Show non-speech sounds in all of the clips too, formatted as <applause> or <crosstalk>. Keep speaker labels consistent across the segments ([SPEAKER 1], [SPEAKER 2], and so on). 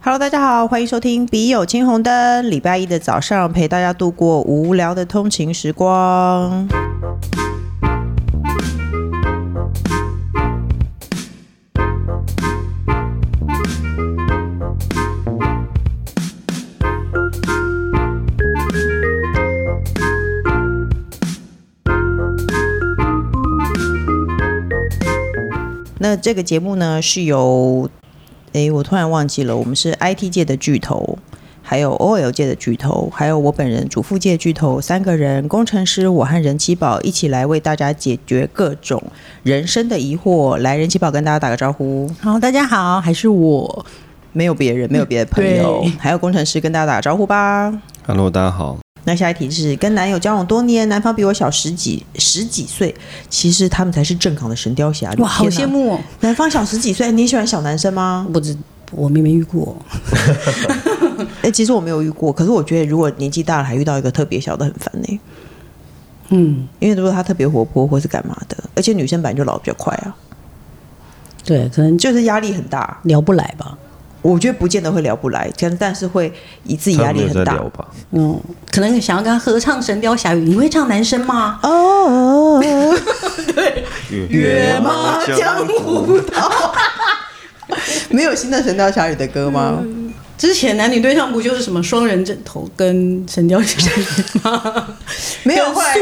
[SPEAKER 1] Hello，大家好，欢迎收听《笔友青红灯》，礼拜一的早上陪大家度过无聊的通勤时光。那这个节目呢，是由诶，我突然忘记了，我们是 IT 界的巨头，还有 OL 界的巨头，还有我本人主妇界的巨头，三个人，工程师我和人气宝一起来为大家解决各种人生的疑惑。来，人气宝跟大家打个招呼，
[SPEAKER 2] 好，大家好，还是我。
[SPEAKER 1] 没有别人，没有别的朋友
[SPEAKER 2] 嗯对，
[SPEAKER 1] 还有工程师跟大家打个招呼吧。
[SPEAKER 3] Hello，大家好。
[SPEAKER 1] 那下一题是跟男友交往多年，男方比我小十几十几岁，其实他们才是正港的《神雕侠侣》。
[SPEAKER 2] 哇，好
[SPEAKER 1] 天哪
[SPEAKER 2] 羡！慕哦！
[SPEAKER 1] 男方小十几岁，你喜欢小男生吗？
[SPEAKER 2] 不知我明明遇过，
[SPEAKER 1] 哎、其实我没有遇过，可是我觉得如果年纪大了还遇到一个特别小的，很烦呢、
[SPEAKER 2] 嗯，
[SPEAKER 1] 因为如果他特别活泼或是干嘛的，而且女生本来就老得比较快啊，
[SPEAKER 2] 对，可能就
[SPEAKER 1] 就是压力很大。
[SPEAKER 2] 聊不来吧。
[SPEAKER 1] 我觉得不见得会聊不来，但但是会以自己压
[SPEAKER 3] 他没
[SPEAKER 1] 力
[SPEAKER 3] 有在
[SPEAKER 1] 很大。
[SPEAKER 3] 聊吧？
[SPEAKER 2] 嗯，可能想要跟他合唱《神雕侠侣》，你会唱男生吗？
[SPEAKER 1] 哦，
[SPEAKER 3] 月
[SPEAKER 1] 马江湖道，没有新的《神雕侠侣》的歌吗？
[SPEAKER 2] 之前男女对象不就是什么双人枕头跟《神雕侠侣》吗？
[SPEAKER 1] <laughs> 没有
[SPEAKER 2] 跟
[SPEAKER 1] 后来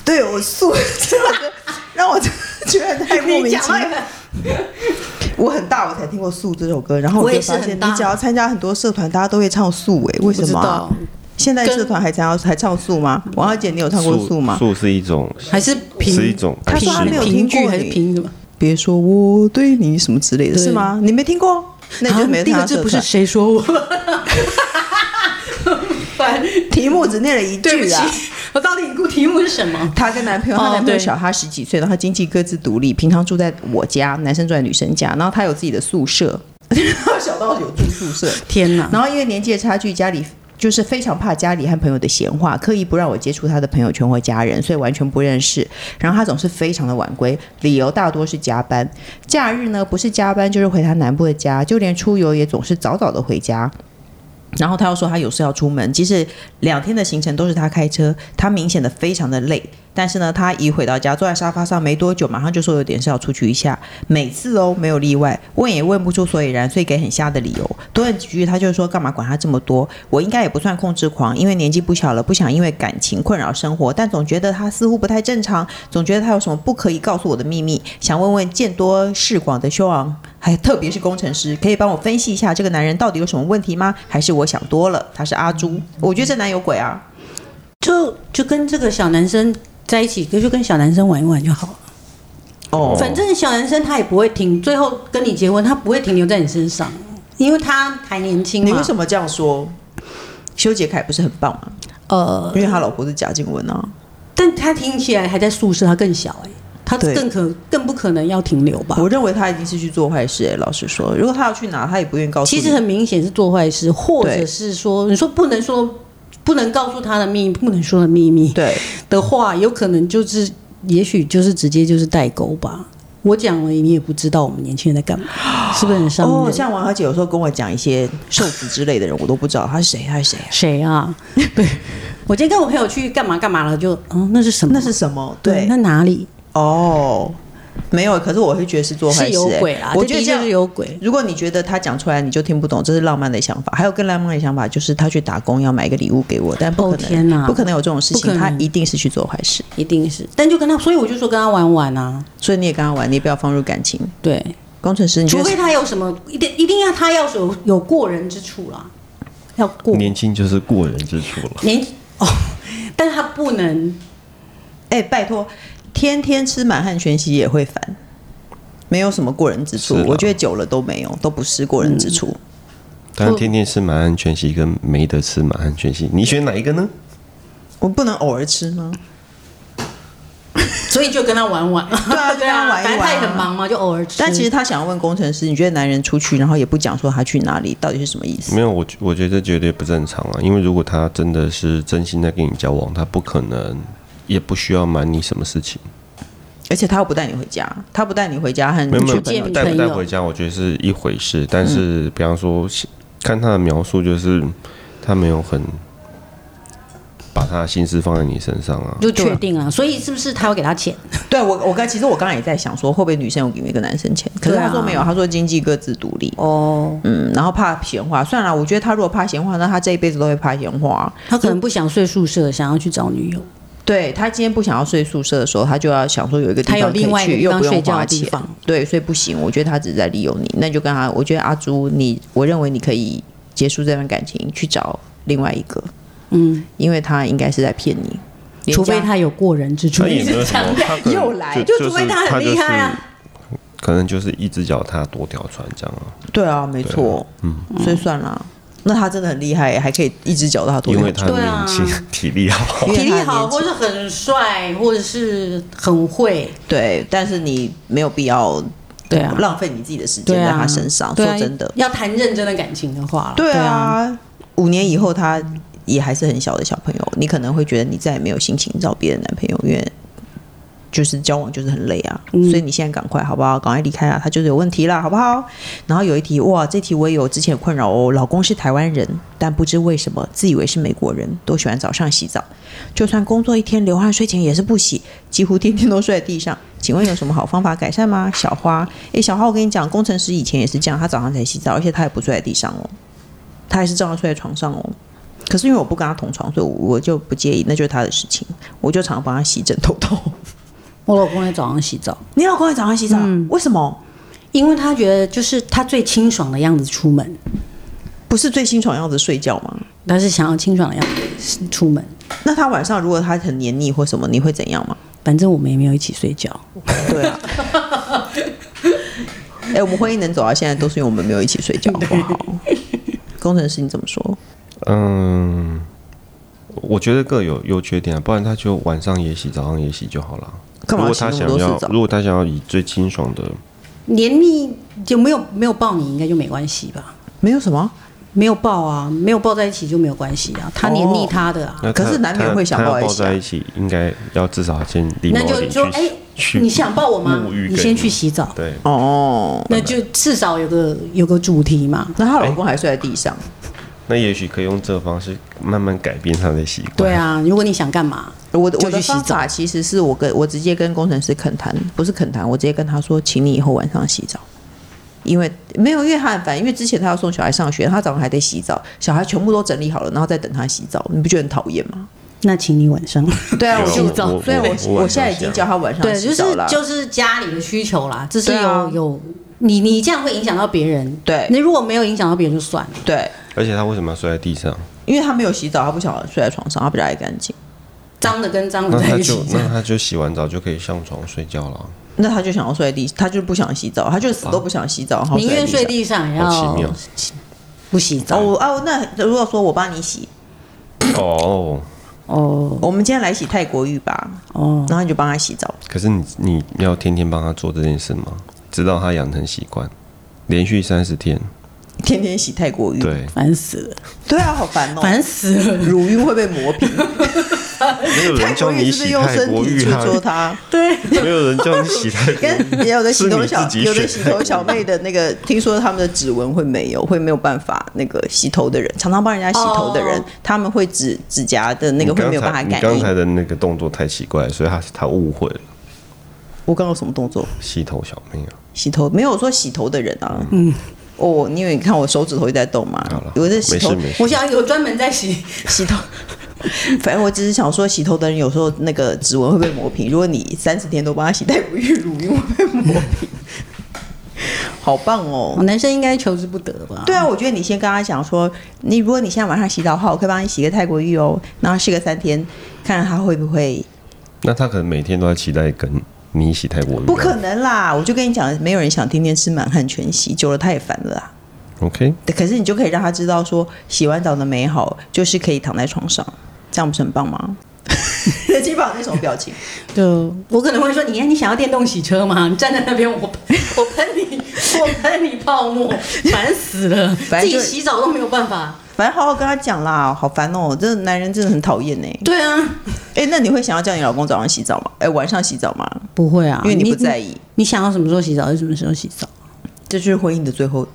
[SPEAKER 1] <laughs> 对我素，真的让我觉得太莫名其
[SPEAKER 2] 你讲到一
[SPEAKER 1] 妙
[SPEAKER 2] 个。
[SPEAKER 1] 我很大我才听过《素》这首歌，然后
[SPEAKER 2] 我
[SPEAKER 1] 就
[SPEAKER 2] 也是
[SPEAKER 1] 发现，
[SPEAKER 2] 很大
[SPEAKER 1] 你只要参加很多社团，大家都会唱《素》哎，为
[SPEAKER 2] 不
[SPEAKER 1] 什
[SPEAKER 2] 知
[SPEAKER 1] 么啊、
[SPEAKER 2] 道，嗯
[SPEAKER 1] 现在社团还唱还唱《素》吗？王小姐，你有唱过《素》吗？
[SPEAKER 3] 树是一种，
[SPEAKER 2] 还是平
[SPEAKER 3] 是一种
[SPEAKER 1] 他说他没有听过
[SPEAKER 2] 平剧还是
[SPEAKER 1] 你
[SPEAKER 2] 平什么？
[SPEAKER 1] 别说我对你什么之类的，
[SPEAKER 2] 对
[SPEAKER 1] 是吗？你没听过？那你就没
[SPEAKER 2] 啊
[SPEAKER 1] 有
[SPEAKER 2] 第一
[SPEAKER 1] 参加
[SPEAKER 2] 个字
[SPEAKER 1] 社
[SPEAKER 2] 不是
[SPEAKER 1] 团。
[SPEAKER 2] 谁
[SPEAKER 1] <laughs>
[SPEAKER 2] 说我？烦 <laughs>
[SPEAKER 1] 题目只念了一
[SPEAKER 2] 对不
[SPEAKER 1] 句
[SPEAKER 2] 起
[SPEAKER 1] 啊。，
[SPEAKER 2] <laughs> 我到底顾题目是什么？
[SPEAKER 1] 她跟男朋友，她男
[SPEAKER 2] 哦
[SPEAKER 1] 朋友
[SPEAKER 2] 对
[SPEAKER 1] 小她十几岁，然后经济各自独立，平常住在我家，男生住在女生家，然后她有自己的宿
[SPEAKER 2] <laughs>
[SPEAKER 1] 舍，小到有住宿舍，
[SPEAKER 2] 天哪！
[SPEAKER 1] 然后因为年纪的差距，家里就是非常怕家里和朋友的闲话，刻意不让我接触他的朋友圈或家人，所以完全不认识。然后他总是非常的晚归，理由大多是加班。假日呢，不是加班就是回他南部的家，就连出游也总是早早的回家。然后他又说他有事要出门，即使两天的行程都是他开车，他明显的非常的累。但是呢，他一回到家，坐在沙发上没多久，马上就说有点事要出去一下。每次哦，没有例外，问也问不出所以然，所以给很瞎的理由。多问几句，他就说干嘛管他这么多？我应该也不算控制狂，因为年纪不小了，不想因为感情困扰生活，但总觉得他似乎不太正常，总觉得他有什么不可以告诉我的秘密。想问问见多识广的修昂，还特别是工程师，可以帮我分析一下这个男人到底有什么问题吗？还是我想多了？他是阿朱，我觉得这男有鬼啊！
[SPEAKER 2] 就就跟这个小男生在一起，就跟小男生玩一玩就好了。
[SPEAKER 1] 哦，
[SPEAKER 2] 反正小男生他也不会停，最后跟你结婚，他不会停留在你身上，因为他还年轻
[SPEAKER 1] 你
[SPEAKER 2] 嘛。
[SPEAKER 1] 为什么这样说？修杰楷不是很棒吗？
[SPEAKER 2] 呃，
[SPEAKER 1] 因为他老婆是贾静雯啊。
[SPEAKER 2] 但他听起来还在宿舍，他更小哎、他
[SPEAKER 1] 对
[SPEAKER 2] 更可更不可能要停留吧？嗯
[SPEAKER 1] 我认为他一定是去做坏事、欸。老实说，如果他要去哪，他也不愿意告诉
[SPEAKER 2] 其
[SPEAKER 1] 你。
[SPEAKER 2] 实很明显是做坏事，或
[SPEAKER 1] 对
[SPEAKER 2] 者是说你说不能说不能告诉他的秘密，不能说的秘密
[SPEAKER 1] 对，
[SPEAKER 2] 的话，有可能就是也许就是直接就是代沟吧。我讲了，你也不知道我们年轻人在干嘛，是不是很伤人？
[SPEAKER 1] 哦，像王小姐有时候跟我讲一些瘦子之类的人，我都不知道他是谁，他是谁、啊，<laughs>
[SPEAKER 2] 谁啊？对，我今天跟我朋友去干嘛干嘛了，就哦，那是什么？
[SPEAKER 1] 那是什么？对，
[SPEAKER 2] 嗯那哪里
[SPEAKER 1] 哦，没有，可是我会觉得是做坏事、欸，
[SPEAKER 2] 是有鬼啦？
[SPEAKER 1] 我
[SPEAKER 2] 这
[SPEAKER 1] 觉得
[SPEAKER 2] 的
[SPEAKER 1] 这
[SPEAKER 2] 确
[SPEAKER 1] 样
[SPEAKER 2] 是。有鬼。
[SPEAKER 1] 如果你觉得他讲出来你就听不懂，这是浪漫的想法。还有更浪漫的想法就是他去打工要买一个礼物给我，但不
[SPEAKER 2] 哦
[SPEAKER 1] 可能，
[SPEAKER 2] 天哪
[SPEAKER 1] 不可能有这种事
[SPEAKER 2] 不可
[SPEAKER 1] 情，
[SPEAKER 2] 能
[SPEAKER 1] 他一定是去做坏事。
[SPEAKER 2] 一定是，但就跟他，所以我就说跟他玩玩啊，
[SPEAKER 1] 所以你也跟他玩，你也不要放入感情。
[SPEAKER 2] 对，
[SPEAKER 1] 工程师，你觉
[SPEAKER 2] 除
[SPEAKER 1] 得
[SPEAKER 2] 非他有什么一定一定要他要有有过人之处啦，要过
[SPEAKER 3] 年轻就是过人之处了。
[SPEAKER 2] 年 <laughs> 哦，但是他不能
[SPEAKER 1] 哎、拜托，天天吃满汉全席也会烦，没有什么过人之处
[SPEAKER 3] 是。啦啊嗯
[SPEAKER 1] 我觉得久了都没有，都不是过人之处。
[SPEAKER 3] 但天天吃满汉全席跟没得吃满汉全席，你选哪一个呢？
[SPEAKER 1] 我不能偶尔吃吗？
[SPEAKER 2] 所以就跟他玩玩， <laughs> 对
[SPEAKER 1] 啊就跟他玩一玩啊
[SPEAKER 2] 反正他也很忙嘛，就偶尔吃。
[SPEAKER 1] 但其实他想要问工程师，你觉得男人出去然后也不讲说他去哪里，到底是什么意思？
[SPEAKER 3] 没有，我觉我觉得这绝对不正常啊！因为如果他真的是真心在跟你交往，他不可能，也不需要瞒你什么事情。
[SPEAKER 1] 而且他又不带你回家，他不带你回家和
[SPEAKER 3] 没有没
[SPEAKER 1] 去
[SPEAKER 3] 有
[SPEAKER 1] 朋友嗯
[SPEAKER 2] 见
[SPEAKER 1] 家
[SPEAKER 3] 带不
[SPEAKER 2] 朋
[SPEAKER 3] 带
[SPEAKER 2] 友
[SPEAKER 3] 回家，我觉得是一回事。但是，比方说，看他的描述，就是他没有很把他的心思放在你身上啊。
[SPEAKER 2] 就确定了。所以是不是他要给他钱？
[SPEAKER 1] 对我，我刚其实我刚刚也在想说，会不会女生有给那个男生钱？可是
[SPEAKER 2] 对啊
[SPEAKER 1] 他说没有，他说经济各自独立。
[SPEAKER 2] 哦，
[SPEAKER 1] 嗯，然后怕闲话，算了，我觉得他如果怕闲话，那他这一辈子都会怕闲话。啊
[SPEAKER 2] 他可能不想睡宿舍，想要去找女友。
[SPEAKER 1] 对他今天不想要睡宿舍的时候，他就要想说有一个地
[SPEAKER 2] 他有
[SPEAKER 1] 方可以
[SPEAKER 2] 另外一个
[SPEAKER 1] 去，
[SPEAKER 2] 地
[SPEAKER 1] 又
[SPEAKER 2] 方
[SPEAKER 1] 不
[SPEAKER 2] 睡
[SPEAKER 1] 用
[SPEAKER 2] 觉
[SPEAKER 1] 花
[SPEAKER 2] 的地
[SPEAKER 1] 钱。
[SPEAKER 2] 方。
[SPEAKER 1] 对，所以不行，我觉得他只是在利用你。那就跟他，我觉得阿朱，你我认为你可以结束这段感情，去找另外一个，
[SPEAKER 2] 嗯，
[SPEAKER 1] 因为他应该是在骗你，连
[SPEAKER 2] 除非
[SPEAKER 1] 家
[SPEAKER 2] 他有过人之处。<laughs>
[SPEAKER 3] 他也没有什么，他可能
[SPEAKER 2] 又来
[SPEAKER 3] 就
[SPEAKER 2] 就
[SPEAKER 3] 就
[SPEAKER 2] 除非
[SPEAKER 3] 是
[SPEAKER 2] 他很厉害啊
[SPEAKER 3] 就是可能就是一只脚踏多条船这样啊，
[SPEAKER 1] 对啊，没错，嗯，所以算了。那他真的很厉害，还可以一只脚踏多
[SPEAKER 3] 因
[SPEAKER 1] 条
[SPEAKER 3] 为
[SPEAKER 1] 船。
[SPEAKER 3] 他
[SPEAKER 2] 对啊
[SPEAKER 3] 年轻、体力好，
[SPEAKER 2] <laughs>
[SPEAKER 1] 因为
[SPEAKER 2] 体力
[SPEAKER 1] 他
[SPEAKER 2] 好，
[SPEAKER 1] 年轻
[SPEAKER 2] 或是很帅，或者是很会，
[SPEAKER 1] 对，但是你没有必要
[SPEAKER 2] 对啊，
[SPEAKER 1] 浪费你自己的时间
[SPEAKER 2] 对
[SPEAKER 1] 在
[SPEAKER 2] 啊，
[SPEAKER 1] 他身上。
[SPEAKER 2] 对
[SPEAKER 1] 说
[SPEAKER 2] 啊
[SPEAKER 1] 真的，
[SPEAKER 2] 要谈认真的感情的话啦，
[SPEAKER 1] 对，啊，五年以后他也还是很小的小朋友，你可能会觉得你再也没有心情找别的男朋友，因为就是交往就是很累啊。所以你现在赶快好不好？赶快离开啊，他就是有问题啦，好不好？然后有一题哇，这题我也有之前有困扰哦，老公是台湾人，但不知为什么自以为是美国人，都喜欢早上洗澡，就算工作一天流汗睡前也是不洗，几乎天天都睡在地上。请问有什么好方法改善吗？小花，诶，小花，我跟你讲，工程师以前也是这样，他早上才洗澡，而且他也不睡在地上哦。他还是照样睡在床上哦。可是因为我不跟他同床，所以我我就不介意，那就是他的事情。我就常常帮他洗枕头头。 <laughs>
[SPEAKER 2] 我老公也早上洗澡，
[SPEAKER 1] 你老公也早上洗澡？
[SPEAKER 3] 嗯
[SPEAKER 1] 为什么？
[SPEAKER 2] 因为他觉得就是他最清爽的样子出门，
[SPEAKER 1] 不是最清爽样子睡觉吗？
[SPEAKER 2] 他是想要清爽的样子出门。
[SPEAKER 1] 那他晚上如果他很黏腻或什么，你会怎样吗？
[SPEAKER 2] 反正我们也没有一起睡觉，
[SPEAKER 1] 对啊。 <laughs> 哎、我们婚姻能走到现在，都是因为我们没有一起睡觉，好不
[SPEAKER 3] <laughs>
[SPEAKER 1] 好？工程师你怎么说？
[SPEAKER 3] 嗯。我觉得各有优缺点、啊，不然他就晚上也洗，早上也洗就好了。
[SPEAKER 1] 干
[SPEAKER 3] 如
[SPEAKER 1] 嘛
[SPEAKER 3] 果
[SPEAKER 1] 洗
[SPEAKER 3] 他
[SPEAKER 1] 那么
[SPEAKER 3] 想
[SPEAKER 1] 多次
[SPEAKER 3] 要，
[SPEAKER 1] 澡
[SPEAKER 3] 如？果他想要以最清爽的，
[SPEAKER 2] 连你就没有没有抱你，应该就没关系吧？
[SPEAKER 1] 没有什么，
[SPEAKER 2] 没有抱啊，没有抱在一起就没有关系啊。他黏腻他的啊，
[SPEAKER 3] 那
[SPEAKER 1] 可
[SPEAKER 3] 他
[SPEAKER 1] 是难免
[SPEAKER 3] 他
[SPEAKER 1] 会想
[SPEAKER 3] 他要
[SPEAKER 1] 抱在一
[SPEAKER 3] 抱
[SPEAKER 1] 起啊
[SPEAKER 3] 在一起，应该要至少先礼貌
[SPEAKER 2] 那
[SPEAKER 3] 一
[SPEAKER 2] 就
[SPEAKER 3] 点
[SPEAKER 2] 就哎
[SPEAKER 3] 去，去
[SPEAKER 2] 你想抱我吗
[SPEAKER 3] 沐浴？
[SPEAKER 2] 你
[SPEAKER 3] 更
[SPEAKER 2] 先去洗澡，
[SPEAKER 3] 对，
[SPEAKER 1] 哦。
[SPEAKER 2] 那就至少有个有个主题嘛。
[SPEAKER 1] 那她老公
[SPEAKER 3] 哎
[SPEAKER 1] 还睡在地上，
[SPEAKER 3] 那也许可以用这个方式慢慢改变他的习惯。
[SPEAKER 2] 对，啊，如果你想干嘛，
[SPEAKER 1] 我的
[SPEAKER 2] 就
[SPEAKER 1] 我的
[SPEAKER 2] 去洗
[SPEAKER 1] 方法其实是我跟我直接跟工程师恳谈，不是恳谈，我直接跟他说，请你以后晚上洗澡，因为没有因为他很烦，因为之前他要送小孩上学，他早上还得洗澡，小孩全部都整理好了，然后再等他洗澡，你不觉得很讨厌吗？
[SPEAKER 2] 那请你晚
[SPEAKER 3] <laughs>
[SPEAKER 2] 上。
[SPEAKER 1] 对啊，
[SPEAKER 3] 有
[SPEAKER 1] 我
[SPEAKER 3] 我
[SPEAKER 1] 就
[SPEAKER 2] 洗澡
[SPEAKER 3] 我
[SPEAKER 1] 所以我我
[SPEAKER 3] 晚
[SPEAKER 1] 现
[SPEAKER 3] 上
[SPEAKER 1] 在已经
[SPEAKER 3] 想
[SPEAKER 1] 叫他晚上
[SPEAKER 2] 对，就
[SPEAKER 1] 洗
[SPEAKER 2] 是
[SPEAKER 1] 澡了，
[SPEAKER 2] 就是家里的需求啦，这是
[SPEAKER 1] 对
[SPEAKER 2] 有、
[SPEAKER 1] 啊
[SPEAKER 2] 有你你这样会影响到别人，
[SPEAKER 1] 对
[SPEAKER 2] 你如果没有影响到别人就算了，
[SPEAKER 1] 对，
[SPEAKER 3] 而且他为什么要睡在地上？
[SPEAKER 1] 因为他没有洗澡，他不想睡在床上，他比较爱干净，
[SPEAKER 2] 脏的跟
[SPEAKER 1] 哦
[SPEAKER 2] 脏的
[SPEAKER 3] 那
[SPEAKER 2] 在
[SPEAKER 3] 他
[SPEAKER 2] 一起
[SPEAKER 3] 就， <laughs> 那他就洗完澡就可以上床睡觉了，啊
[SPEAKER 1] 那他就想要睡在地，他就不想洗澡，他就死都不想洗澡，然后
[SPEAKER 2] 宁愿睡地上也
[SPEAKER 3] 好奇
[SPEAKER 2] 要
[SPEAKER 3] 妙
[SPEAKER 2] 不洗澡。
[SPEAKER 1] 哦哦，那如果说我帮你洗，
[SPEAKER 3] 哦。
[SPEAKER 2] 哦
[SPEAKER 1] 我们今天来洗泰国浴吧，
[SPEAKER 2] 哦，
[SPEAKER 1] 然后你就帮他洗澡。
[SPEAKER 3] 可是你你要天天帮他做这件事吗？直到他养成习惯，连续三十天，
[SPEAKER 1] 天天洗泰国浴，
[SPEAKER 3] 对，
[SPEAKER 2] 烦死了，
[SPEAKER 1] 对啊，好烦哦、
[SPEAKER 2] 烦死了。 <laughs>
[SPEAKER 1] 乳晕会被磨
[SPEAKER 3] <laughs>
[SPEAKER 1] 平，
[SPEAKER 3] 没有人
[SPEAKER 1] 泰
[SPEAKER 3] 叫
[SPEAKER 1] 国
[SPEAKER 3] 你
[SPEAKER 1] 浴是不是
[SPEAKER 3] 洗
[SPEAKER 1] 用
[SPEAKER 3] 泰
[SPEAKER 1] 身
[SPEAKER 3] 国
[SPEAKER 1] 体
[SPEAKER 3] 浴
[SPEAKER 1] 去
[SPEAKER 3] 啊， <laughs>
[SPEAKER 1] 做它？
[SPEAKER 2] 对，
[SPEAKER 3] 没有人叫你洗
[SPEAKER 1] <laughs>
[SPEAKER 3] 泰国浴。
[SPEAKER 1] 跟有的洗头小
[SPEAKER 3] 是你自己选
[SPEAKER 1] 有的洗头小妹的那个，听说他们的指纹会没有，会没有办法那个洗头的人，常常帮人家洗头的人，
[SPEAKER 2] 哦
[SPEAKER 1] 他们会指指甲的那个会没有办法
[SPEAKER 3] 你
[SPEAKER 1] 感
[SPEAKER 3] 刚才你刚
[SPEAKER 1] 应。
[SPEAKER 3] 才的那个动作太奇怪了，所以他他误会了，
[SPEAKER 1] 我刚刚有什么动作？
[SPEAKER 3] 洗头小妹啊，
[SPEAKER 1] 洗头没有说洗头的人啊，嗯。哦，因为你看我手指头一直在动嘛
[SPEAKER 3] 好了，，
[SPEAKER 1] 我在
[SPEAKER 3] 没
[SPEAKER 1] 洗
[SPEAKER 3] 事
[SPEAKER 1] 头，
[SPEAKER 3] 没事，
[SPEAKER 2] 我想有专门在洗，
[SPEAKER 1] 洗头。 <laughs> 反正我只是想说，洗头的人有时候那个指纹会被磨平。如果你三十天都帮他洗泰国浴，乳晕会被磨平， <laughs> 好棒哦！
[SPEAKER 2] 男生应该求之不得吧？
[SPEAKER 1] 对啊，我觉得你先跟他讲说，你如果你现在晚上洗澡的话，我可以帮你洗个泰国浴哦，然后试个三天，看看他会不会。
[SPEAKER 3] 那他可能每天都在期待跟你洗泰国浴啊，
[SPEAKER 1] 不可能啦！我就跟你讲，没有人想天天吃满汉全席，久了太烦了啊。
[SPEAKER 3] ，OK，
[SPEAKER 1] 对可是你就可以让他知道说，洗完澡的美好就是可以躺在床上，这样不是很棒 <laughs> 吗？人气宝那什么表情？
[SPEAKER 2] 就我可能会说，你你想要电动洗车吗？你站在那边，我 <laughs> 我喷你，我喷你泡沫，烦死了，
[SPEAKER 1] 反正
[SPEAKER 2] 自己
[SPEAKER 1] 就
[SPEAKER 2] 洗澡都没有办法。
[SPEAKER 1] 反正好好跟他讲啦，好烦哦，这男人真的很讨厌呢。
[SPEAKER 2] 对啊，
[SPEAKER 1] 哎，那你会想要叫你老公早上洗澡吗？哎，晚上洗澡吗？
[SPEAKER 2] 不会啊，
[SPEAKER 1] 因为你
[SPEAKER 2] 你
[SPEAKER 1] 不在意，
[SPEAKER 2] 你想要什么时候洗澡就什么时候洗澡。
[SPEAKER 1] 这就是婚姻的最后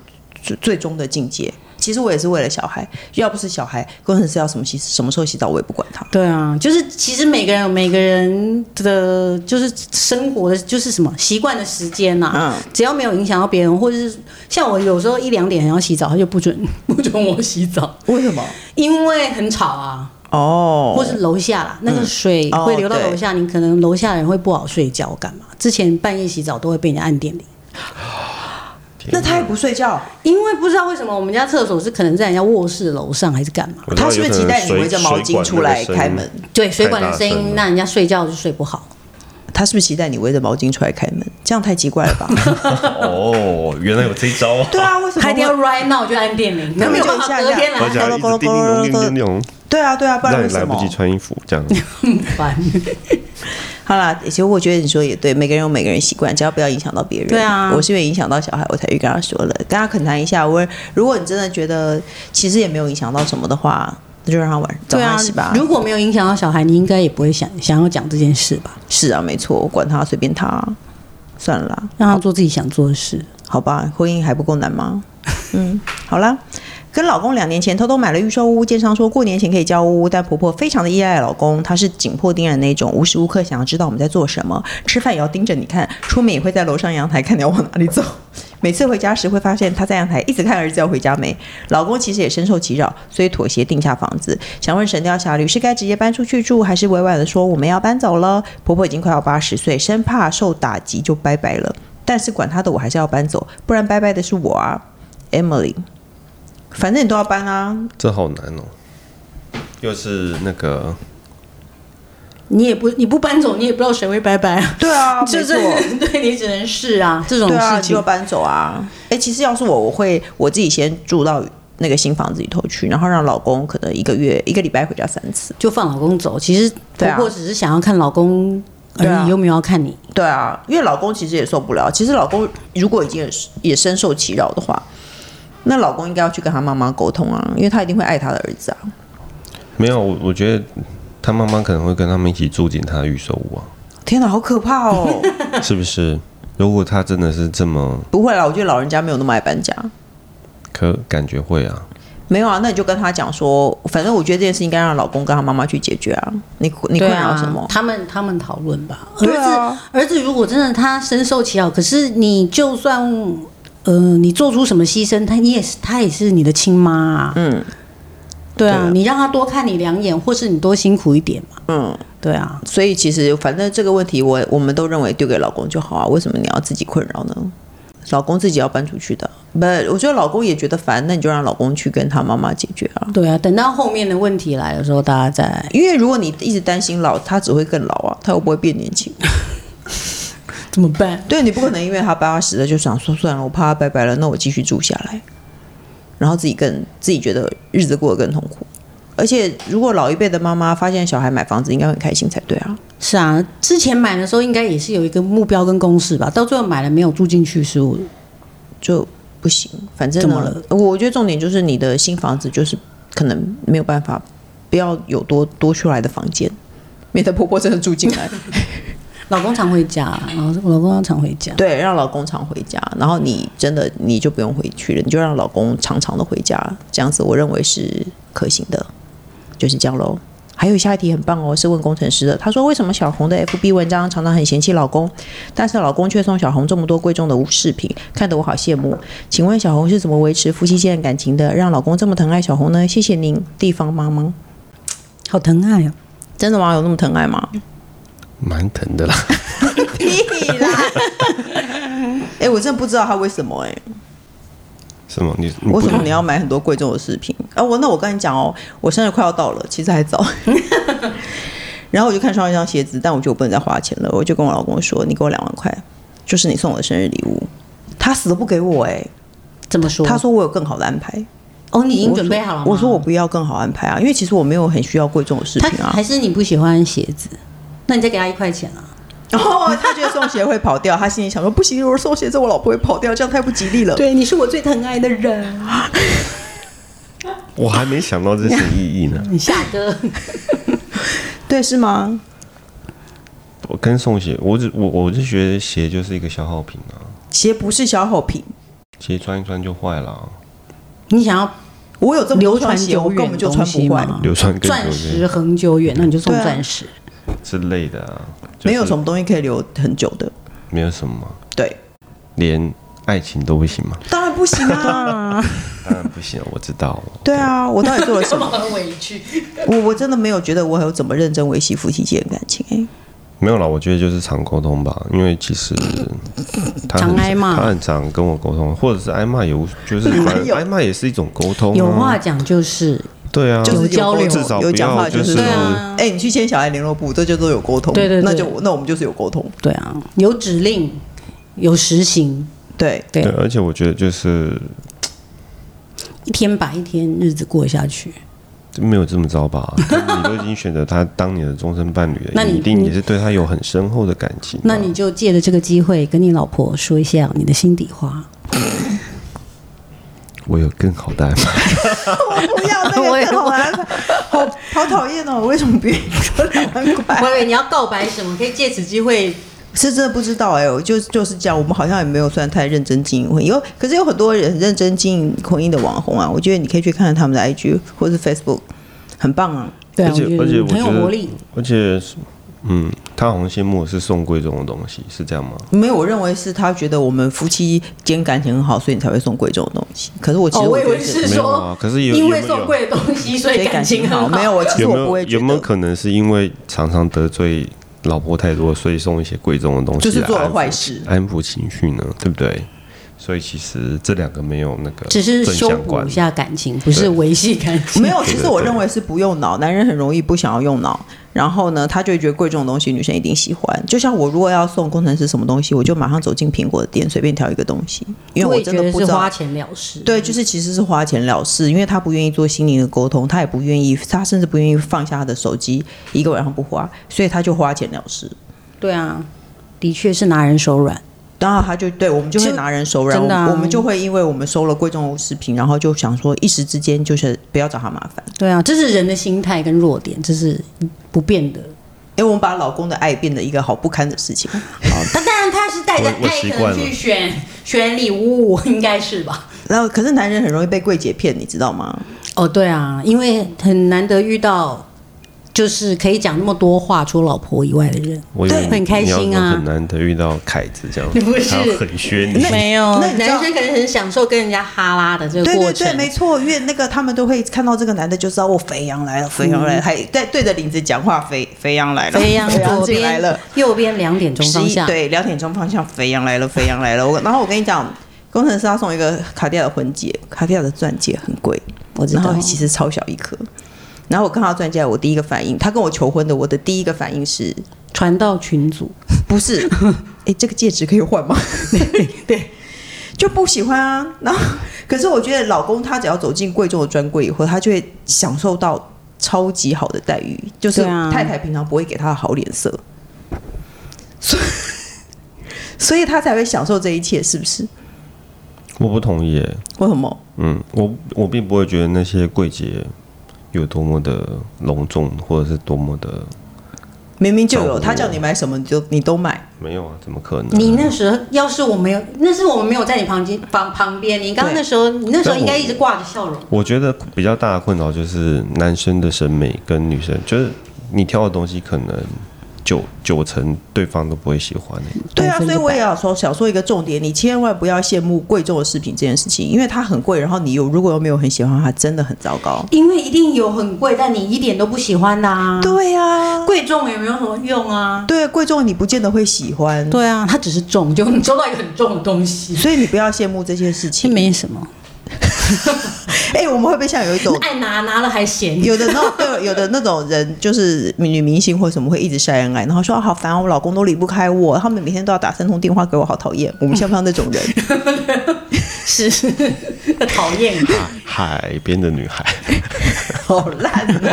[SPEAKER 1] 最最终的境界。其实我也是为了小孩，要不是小孩，工程师要什么洗什么时候洗澡，我也不管他。
[SPEAKER 2] 对啊，就是其实每个人有每个人的，就是生活的，就是什么习惯的时间啊呐、
[SPEAKER 1] 嗯，
[SPEAKER 2] 只要没有影响到别人，或者是像我有时候一两点要洗澡，他就不准 <laughs> 不准我洗澡，
[SPEAKER 1] 为什么？
[SPEAKER 2] 因为很吵啊，
[SPEAKER 1] 哦，
[SPEAKER 2] 或是楼下啦，那个水
[SPEAKER 1] 哦
[SPEAKER 2] 会流到
[SPEAKER 1] 对
[SPEAKER 2] 楼下，你可能楼下人会不好睡觉干嘛？之前半夜洗澡都会被人家按电铃，
[SPEAKER 1] 那他也不睡觉，
[SPEAKER 2] 因为不知道为什么我们家厕所是可能在人家卧室楼上还是干嘛？
[SPEAKER 3] 我知道
[SPEAKER 1] 他是不是
[SPEAKER 3] 有可
[SPEAKER 1] 期
[SPEAKER 3] 能
[SPEAKER 1] 待你
[SPEAKER 3] 水
[SPEAKER 1] 围着毛
[SPEAKER 3] 水
[SPEAKER 1] 巾
[SPEAKER 3] 管
[SPEAKER 1] 出
[SPEAKER 3] 那个
[SPEAKER 1] 来
[SPEAKER 3] 声
[SPEAKER 1] 开门？
[SPEAKER 2] 对，水管的
[SPEAKER 3] 太大
[SPEAKER 2] 声音
[SPEAKER 3] 声了
[SPEAKER 2] 让人家睡觉就睡不好。
[SPEAKER 1] 他是不是期待你围着毛巾出来开门？这样太奇怪了 <laughs> 吧？
[SPEAKER 3] <laughs> 哦，原来有这一招啊！
[SPEAKER 1] 对啊，为什么会？
[SPEAKER 2] 他一定要 right now 就按电铃，
[SPEAKER 1] 那
[SPEAKER 2] 没有
[SPEAKER 1] 就
[SPEAKER 2] 办
[SPEAKER 1] 一
[SPEAKER 2] 法
[SPEAKER 1] 下
[SPEAKER 2] 隔
[SPEAKER 1] 下
[SPEAKER 2] 天来
[SPEAKER 3] <laughs> 而
[SPEAKER 2] 按
[SPEAKER 3] 且还一直叮叮咚叮叮咚，
[SPEAKER 1] 对啊，对啊，不然
[SPEAKER 3] 让
[SPEAKER 1] 为
[SPEAKER 3] 你
[SPEAKER 1] 什
[SPEAKER 3] 来
[SPEAKER 1] 么
[SPEAKER 3] 不？及穿衣服这样。
[SPEAKER 2] 很
[SPEAKER 1] <laughs>
[SPEAKER 2] 烦。
[SPEAKER 1] 好啦，其实我觉得你说也对，每个人有每个人习惯，只要不要影响到别人。
[SPEAKER 2] 对啊
[SPEAKER 1] 我是因为影响到小孩，我才去跟他说了，跟他恳谈一下。我如果你真的觉得其实也没有影响到什么的话，那就让他晚早
[SPEAKER 2] 对
[SPEAKER 1] 上
[SPEAKER 2] 啊
[SPEAKER 1] 洗吧。，
[SPEAKER 2] 如果没有影响到小孩，你应该也不会想想要讲这件事吧？
[SPEAKER 1] 是啊，没错，我管他，随便他，算了啦。
[SPEAKER 2] 让他做自己想做的事。
[SPEAKER 1] 好吧，婚姻还不够难吗？嗯，好啦。跟老公两年前偷偷买了预售屋，建商说过年前可以交屋，但婆婆非常的依赖老公，她是紧迫盯人那种，无时无刻想要知道我们在做什么，吃饭也要盯着你看，出门也会在楼上阳台看你要往哪里走。 <laughs> 每次回家时会发现她在阳台一直看儿子要回家没，老公其实也深受其扰，所以妥协定下房子。想问神雕侠侣是该直接搬出去住，还是委婉的说我们要搬走了？婆婆已经快要八十岁，生怕受打击就拜拜了。但是管他的，我还是要搬走，不然拜拜的是我啊，Emily。反正你都要搬啊，
[SPEAKER 3] <laughs> 这好难哦，又是那个
[SPEAKER 2] 你也不你不搬走，你也不知道谁会拜拜啊。
[SPEAKER 1] 对 <laughs> 啊，
[SPEAKER 2] 就
[SPEAKER 1] 没
[SPEAKER 2] 是 <laughs>
[SPEAKER 1] 错，
[SPEAKER 2] 对你只能试啊，这种
[SPEAKER 1] 对啊，
[SPEAKER 2] 事
[SPEAKER 1] 你就
[SPEAKER 2] 情。
[SPEAKER 1] 搬走啊。哎、其实要是我，我会我自己先住到那个新房子里头去，然后让老公可能一个月一个礼拜回家三次。
[SPEAKER 2] 就放老公走，其实
[SPEAKER 1] 对
[SPEAKER 2] 婆
[SPEAKER 1] 啊
[SPEAKER 2] 婆只是想要看老公
[SPEAKER 1] 对啊
[SPEAKER 2] 而已，又没有要看你。
[SPEAKER 1] 对啊，因为老公其实也受不了。其实老公如果已经也也深受其扰的话，那老公应该要去跟他妈妈沟通啊，因为他一定会爱他的儿子啊。
[SPEAKER 3] 没有，我我觉得他妈妈可能会跟他们一起住进他的预售屋啊，
[SPEAKER 1] 天哪，好可怕哦！
[SPEAKER 3] 是不是？如果他真的是这么
[SPEAKER 1] <laughs> 不会啦，我觉得老人家没有那么爱搬家。
[SPEAKER 3] 可，感觉会啊，
[SPEAKER 1] 没有啊，那你就跟他讲说，反正我觉得这件事应该让老公跟他妈妈去解决啊。你你
[SPEAKER 2] 对
[SPEAKER 1] 困扰
[SPEAKER 2] 啊，
[SPEAKER 1] 什么？
[SPEAKER 2] 他们他们讨论吧。儿
[SPEAKER 1] 对
[SPEAKER 2] 子、
[SPEAKER 1] 啊
[SPEAKER 2] 儿子如果真的他深受其扰，可是你就算呃你做出什么牺牲，他你也是他也是你的亲妈啊。
[SPEAKER 1] 嗯
[SPEAKER 2] 对
[SPEAKER 3] 对
[SPEAKER 2] 啊
[SPEAKER 3] 啊，
[SPEAKER 2] 你让他多看你两眼，或是你多辛苦一点嘛。
[SPEAKER 1] 嗯，
[SPEAKER 2] 对啊，
[SPEAKER 1] 所以其实反正这个问题我，我们都认为丢给老公就好啊，为什么你要自己困扰呢？老公自己要搬出去的，不，我觉得老公也觉得烦，那你就让老公去跟他妈妈解决啊。
[SPEAKER 2] 对啊，等到后面的问题来的时候，大家再
[SPEAKER 1] 因为如果你一直担心老，他只会更老啊，他又不会变年轻。
[SPEAKER 2] 怎么办？
[SPEAKER 1] 对你不可能因为他八十了就想说算了，我怕他拜拜了，那我继续住下来，然后自己更自己觉得日子过得更痛苦。而且如果老一辈的妈妈发现小孩买房子，应该会很开心才对啊。
[SPEAKER 2] 是啊，之前买的时候应该也是有一个目标跟公式吧，到最后买了没有住进去是我
[SPEAKER 1] 就不行，反正
[SPEAKER 2] 怎么
[SPEAKER 1] 呢，我我觉得重点就是你的新房子就是可能没有办法，不要有多多出来的房间，免得婆婆真的住进来。
[SPEAKER 2] 老公常回家，然后我老公常回家。
[SPEAKER 1] 对，让老公常回家，然后你真的你就不用回去了，你就让老公常常的回家，这样子我认为是可行的，就是这样喽。还有下一题很棒哦，是问工程师的。他说：“为什么小红的 FB 文章常常很嫌弃老公，但是老公却送小红这么多贵重的饰品，看得我好羡慕。请问小红是怎么维持夫妻间的感情的，让老公这么疼爱小红呢？谢谢您，地方妈妈。
[SPEAKER 2] 好疼爱哦！
[SPEAKER 1] 真的吗？有那么疼爱吗？
[SPEAKER 3] 蛮疼 <laughs> 的啦。
[SPEAKER 1] 屁啦！哎、我真的不知道他为什么哎、
[SPEAKER 3] 什么？你你不
[SPEAKER 1] 为什么你要买很多贵重的饰品？啊，我那我跟你讲哦，我生日快要到了，其实还早。 <laughs> 然后我就看上一双鞋子，但我觉得我不能再花钱了，我就跟我老公说：“你给我两万块，就是你送我的生日礼物。”他死都不给我哎、
[SPEAKER 2] 怎么说？
[SPEAKER 1] 他说我有更好的安排，
[SPEAKER 2] 哦，你已经准备
[SPEAKER 1] 我说
[SPEAKER 2] 好了吗
[SPEAKER 1] 我说我不要更好安排啊，因为其实我没有很需要贵重的饰
[SPEAKER 2] 他
[SPEAKER 1] 品啊
[SPEAKER 2] 还。是你不喜欢鞋子，那你再给他一块钱啊？
[SPEAKER 1] 然后哦他觉得送鞋会跑掉，他心里想说：“不行，我送鞋子我老婆会跑掉，这样太不吉利了。”
[SPEAKER 2] 对，你是我最疼爱的人。
[SPEAKER 3] <laughs> 我还没想到这些意义呢。 <laughs>
[SPEAKER 2] 你下歌，
[SPEAKER 1] 对，是吗？
[SPEAKER 3] 我跟送鞋，我只我我就觉得鞋就是一个消耗品啊，
[SPEAKER 1] 鞋不是消耗品，
[SPEAKER 3] 鞋穿一穿就坏了、啊，
[SPEAKER 2] <laughs> 你想要
[SPEAKER 1] 我有这么
[SPEAKER 2] 流
[SPEAKER 1] 多
[SPEAKER 2] 传
[SPEAKER 1] 双鞋，
[SPEAKER 2] 久
[SPEAKER 1] 我根
[SPEAKER 2] 远
[SPEAKER 1] 本
[SPEAKER 2] 的
[SPEAKER 1] 就
[SPEAKER 2] 东
[SPEAKER 1] 穿
[SPEAKER 2] 西
[SPEAKER 1] 不坏。
[SPEAKER 2] 吗？
[SPEAKER 3] 流传更
[SPEAKER 2] 钻
[SPEAKER 3] 久
[SPEAKER 2] 石恒久远，那你就送
[SPEAKER 1] 对啊
[SPEAKER 2] 钻石。
[SPEAKER 3] 之类的啊，就是
[SPEAKER 1] 没有什么东西可以留很久的，
[SPEAKER 3] 没有什么，啊
[SPEAKER 1] 对，
[SPEAKER 3] 连爱情都不行吗？
[SPEAKER 1] 当然不行啊！
[SPEAKER 3] 当然不行，我知道，
[SPEAKER 1] <laughs> 对啊，我到底做了 <laughs> 什么？
[SPEAKER 2] 很委屈？
[SPEAKER 1] 我我真的没有觉得我有怎么认真维系夫妻间的感情、哎，
[SPEAKER 3] 没有啦，我觉得就是常沟通吧，因为其实他
[SPEAKER 2] 常
[SPEAKER 3] 很
[SPEAKER 2] 挨骂
[SPEAKER 3] 他很常跟我沟通，或者是挨骂也无就是
[SPEAKER 1] 哪
[SPEAKER 3] 反
[SPEAKER 1] 有
[SPEAKER 3] 挨骂也是一种沟通、啊，
[SPEAKER 2] 有话讲就是，
[SPEAKER 3] 对啊，
[SPEAKER 1] 就是
[SPEAKER 2] 交流
[SPEAKER 1] 沟通
[SPEAKER 3] 至少
[SPEAKER 1] 有
[SPEAKER 3] 不
[SPEAKER 1] 讲
[SPEAKER 3] 要
[SPEAKER 1] 话，
[SPEAKER 3] 就是是
[SPEAKER 1] 哎、
[SPEAKER 2] 对啊
[SPEAKER 1] 你去签小孩联络簿，这就都有沟通，
[SPEAKER 2] 对对对
[SPEAKER 1] 那就那我们就是有沟通，
[SPEAKER 2] 对啊，有指令，有实行，
[SPEAKER 1] 对，
[SPEAKER 2] 对啊
[SPEAKER 3] 对，，而且我觉得就是
[SPEAKER 2] 一天把一天日子过下去。
[SPEAKER 3] 没有这么糟吧？你都已经选择他当你的终身伴侣了，
[SPEAKER 2] 那你
[SPEAKER 3] 一定也是对他有很深厚的感情吧。啊
[SPEAKER 2] 那你就借着这个机会跟你老婆说一下你的心底 <laughs> 话。
[SPEAKER 3] 我有更好的安排，
[SPEAKER 1] <laughs> 不要那 <laughs>
[SPEAKER 2] 我也
[SPEAKER 1] 个好难，好好讨厌哦！我为什么别人说两万块？
[SPEAKER 2] 我以为你要告白什么，可以借此机会。
[SPEAKER 1] 是真的不知道哎、我就就是这样，我们好像也没有算太认真经营婚姻，有可是有很多人很认真经营婚姻的网红啊，我觉得你可以去看看他们的 IG 或是 Facebook，很棒啊。
[SPEAKER 2] 对啊，
[SPEAKER 3] 而且
[SPEAKER 2] 我觉
[SPEAKER 3] 而且我
[SPEAKER 2] 得很有
[SPEAKER 3] 觉得
[SPEAKER 2] 活力。
[SPEAKER 3] 而且是，嗯，他好像羡慕的是送贵重的东西，是这样吗？
[SPEAKER 1] 没有，我认为是他觉得我们夫妻间感情很好，所以你才会送贵重的东西。可是我其实
[SPEAKER 2] 哦，我以
[SPEAKER 1] 觉
[SPEAKER 2] 为
[SPEAKER 1] 得
[SPEAKER 2] 是
[SPEAKER 3] 没有
[SPEAKER 2] 说
[SPEAKER 3] 啊，可是有
[SPEAKER 2] 因为
[SPEAKER 3] 有没有
[SPEAKER 2] 送贵的东西，所
[SPEAKER 1] 所
[SPEAKER 2] 以
[SPEAKER 1] 以感
[SPEAKER 2] 情很
[SPEAKER 1] 好，没有我其实
[SPEAKER 3] 有没
[SPEAKER 1] 我不会
[SPEAKER 3] 有
[SPEAKER 1] 觉
[SPEAKER 3] 有没有
[SPEAKER 1] 得。
[SPEAKER 3] 可能是啊因为常常得罪老婆太多，所以送一些贵重的东西，
[SPEAKER 1] 就是做了坏事，
[SPEAKER 3] 安抚情绪呢？对不对？所以其实这两个没有那个
[SPEAKER 2] 只是
[SPEAKER 3] 正
[SPEAKER 2] 修
[SPEAKER 3] 相
[SPEAKER 2] 补
[SPEAKER 3] 关
[SPEAKER 2] 一。下感情，不是维系感情。
[SPEAKER 1] 没有，其实我
[SPEAKER 3] 对对对
[SPEAKER 1] 认为是不用脑，男人很容易不想要用脑，然后呢，他就会觉得贵重的东西女生一定喜欢。就像我如果要送工程师什么东西，我就马上走进苹果的店随便挑一个东西，因为
[SPEAKER 2] 我
[SPEAKER 1] 我
[SPEAKER 2] 也
[SPEAKER 1] 真
[SPEAKER 2] 觉
[SPEAKER 1] 的
[SPEAKER 2] 得
[SPEAKER 1] 不
[SPEAKER 2] 是
[SPEAKER 1] 知道
[SPEAKER 2] 花钱了事。
[SPEAKER 1] 对，就是其实是花钱了事，因为他不愿意做心灵的沟通，他也不愿意，他甚至不愿意放下他的手机一个晚上不花，所以他就花钱了事。
[SPEAKER 2] 对啊，的确是拿人手软。
[SPEAKER 1] 然后他就对我们就会
[SPEAKER 2] 就
[SPEAKER 1] 拿人手软，
[SPEAKER 2] 真的啊
[SPEAKER 1] 我们我们就会因为我们收了贵重物饰品，然后就想说一时之间就是不要找他麻烦。
[SPEAKER 2] 对啊，这是人的心态跟弱点，这是不变的。
[SPEAKER 1] 因为我们把老公的爱变得一个好不堪的事情，
[SPEAKER 2] 但当然他是带着
[SPEAKER 3] 我我
[SPEAKER 2] 爱
[SPEAKER 3] 习
[SPEAKER 2] 可
[SPEAKER 3] 惯
[SPEAKER 2] 能
[SPEAKER 3] 了
[SPEAKER 2] 去选选礼物，应该是吧？
[SPEAKER 1] 然后可是男人很容易被柜姐骗，你知道吗？
[SPEAKER 2] 哦，对啊，因为很难得遇到就是可以讲那么多话，除了老婆以外的人，
[SPEAKER 3] 我以为
[SPEAKER 2] 对很开心啊
[SPEAKER 3] 你要说很难得遇到凯子这样，
[SPEAKER 2] 不是
[SPEAKER 3] 他要很削你。
[SPEAKER 2] 没有
[SPEAKER 1] 那你知道
[SPEAKER 2] 男生可能很享受跟人家哈拉的这个
[SPEAKER 1] 对
[SPEAKER 2] 过
[SPEAKER 1] 对
[SPEAKER 2] 程
[SPEAKER 1] 对，。没错，因为那个他们都会看到这个男的就知道我
[SPEAKER 2] 嗯
[SPEAKER 1] 肥羊来了，肥羊来了，还在对着领子讲话，肥肥羊来了，
[SPEAKER 2] 飞扬左
[SPEAKER 1] 进来了
[SPEAKER 2] 边，、右边两点钟
[SPEAKER 1] 十
[SPEAKER 2] 方
[SPEAKER 1] 一
[SPEAKER 2] 向，
[SPEAKER 1] 对两点钟方向，肥羊来了，肥羊来了。我然后我跟你讲，工程师要送一个卡地亚的婚戒，卡地亚的钻戒很贵，
[SPEAKER 2] 我知
[SPEAKER 1] 然
[SPEAKER 2] 道
[SPEAKER 1] 后。其实超小一颗。然后我看到钻戒，我第一个反应，他跟我求婚的，我的第一个反应是
[SPEAKER 2] 传到群组，
[SPEAKER 1] 不是？ <laughs> 哎，这个戒指可以换吗？对，就不喜欢啊。然后， <laughs> 可是我觉得老公他只要走进贵重的专柜以后，他就会享受到超级好的待遇，就是
[SPEAKER 2] 对啊
[SPEAKER 1] 太太平常不会给他的好脸色，所以 <laughs> 所以他才会享受这一切，是不是？
[SPEAKER 3] 我不同意耶。
[SPEAKER 1] 为什么？
[SPEAKER 3] 嗯，我我并不会觉得那些柜姐有多么的隆重，或者是多么的
[SPEAKER 1] 明明就
[SPEAKER 3] 照顾
[SPEAKER 1] 有，
[SPEAKER 3] 我
[SPEAKER 1] 他叫你买什么，你就你都买。
[SPEAKER 3] 没有啊，怎么可能？
[SPEAKER 2] 你那时候要是我没有，那是我们没有在你旁边旁旁边。你刚刚
[SPEAKER 1] 对
[SPEAKER 2] 那时候，你那时候
[SPEAKER 3] 但我
[SPEAKER 2] 应该一直挂着笑容。
[SPEAKER 3] 我觉得比较大的困扰就是男生的审美跟女生，就是你挑的东西可能九九成对方都不会喜欢、欸。
[SPEAKER 1] 对啊，
[SPEAKER 2] 百分
[SPEAKER 1] 所
[SPEAKER 2] 之
[SPEAKER 1] 以我也
[SPEAKER 2] 百
[SPEAKER 1] 要说，想说一个重点，你千万不要羡慕贵重的饰品这件事情，因为它很贵，然后你又如果又没有很喜欢它，真的很糟糕。
[SPEAKER 2] 因为一定有很贵，但你一点都不喜欢的啊。，
[SPEAKER 1] 对呀、
[SPEAKER 2] 贵重也没有什么用啊。
[SPEAKER 1] 对贵重你不见得会喜欢，
[SPEAKER 2] 对啊，它只是重，就 <laughs> 你收到一个很重的东西，
[SPEAKER 1] 所以你不要羡慕这些事
[SPEAKER 2] 其
[SPEAKER 1] 情
[SPEAKER 2] 实。 <laughs> 没什么。
[SPEAKER 1] 哎、我们会不会像有一种
[SPEAKER 2] 爱拿拿了还
[SPEAKER 1] <laughs>
[SPEAKER 2] 嫌，
[SPEAKER 1] 有的那种对有的那种人，就是女明星或什么会一直晒恩爱，然后说、啊、好烦哦，我老公都离不开我，他们每天都要打三通电话给我，好讨厌。我们像不像那种人？
[SPEAKER 2] <laughs> 是 <laughs> 讨厌啊。
[SPEAKER 3] 海边的女孩，
[SPEAKER 1] 好烂哦。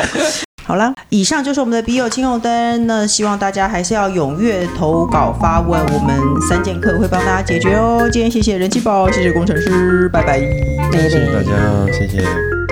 [SPEAKER 1] 好啦，以上就是我们的笔友青红灯。那希望大家还是要踊跃投稿发问，我们三剑客会帮大家解决哦。今天谢谢人气宝，谢谢工程师，拜拜。
[SPEAKER 3] 谢谢大家，谢谢。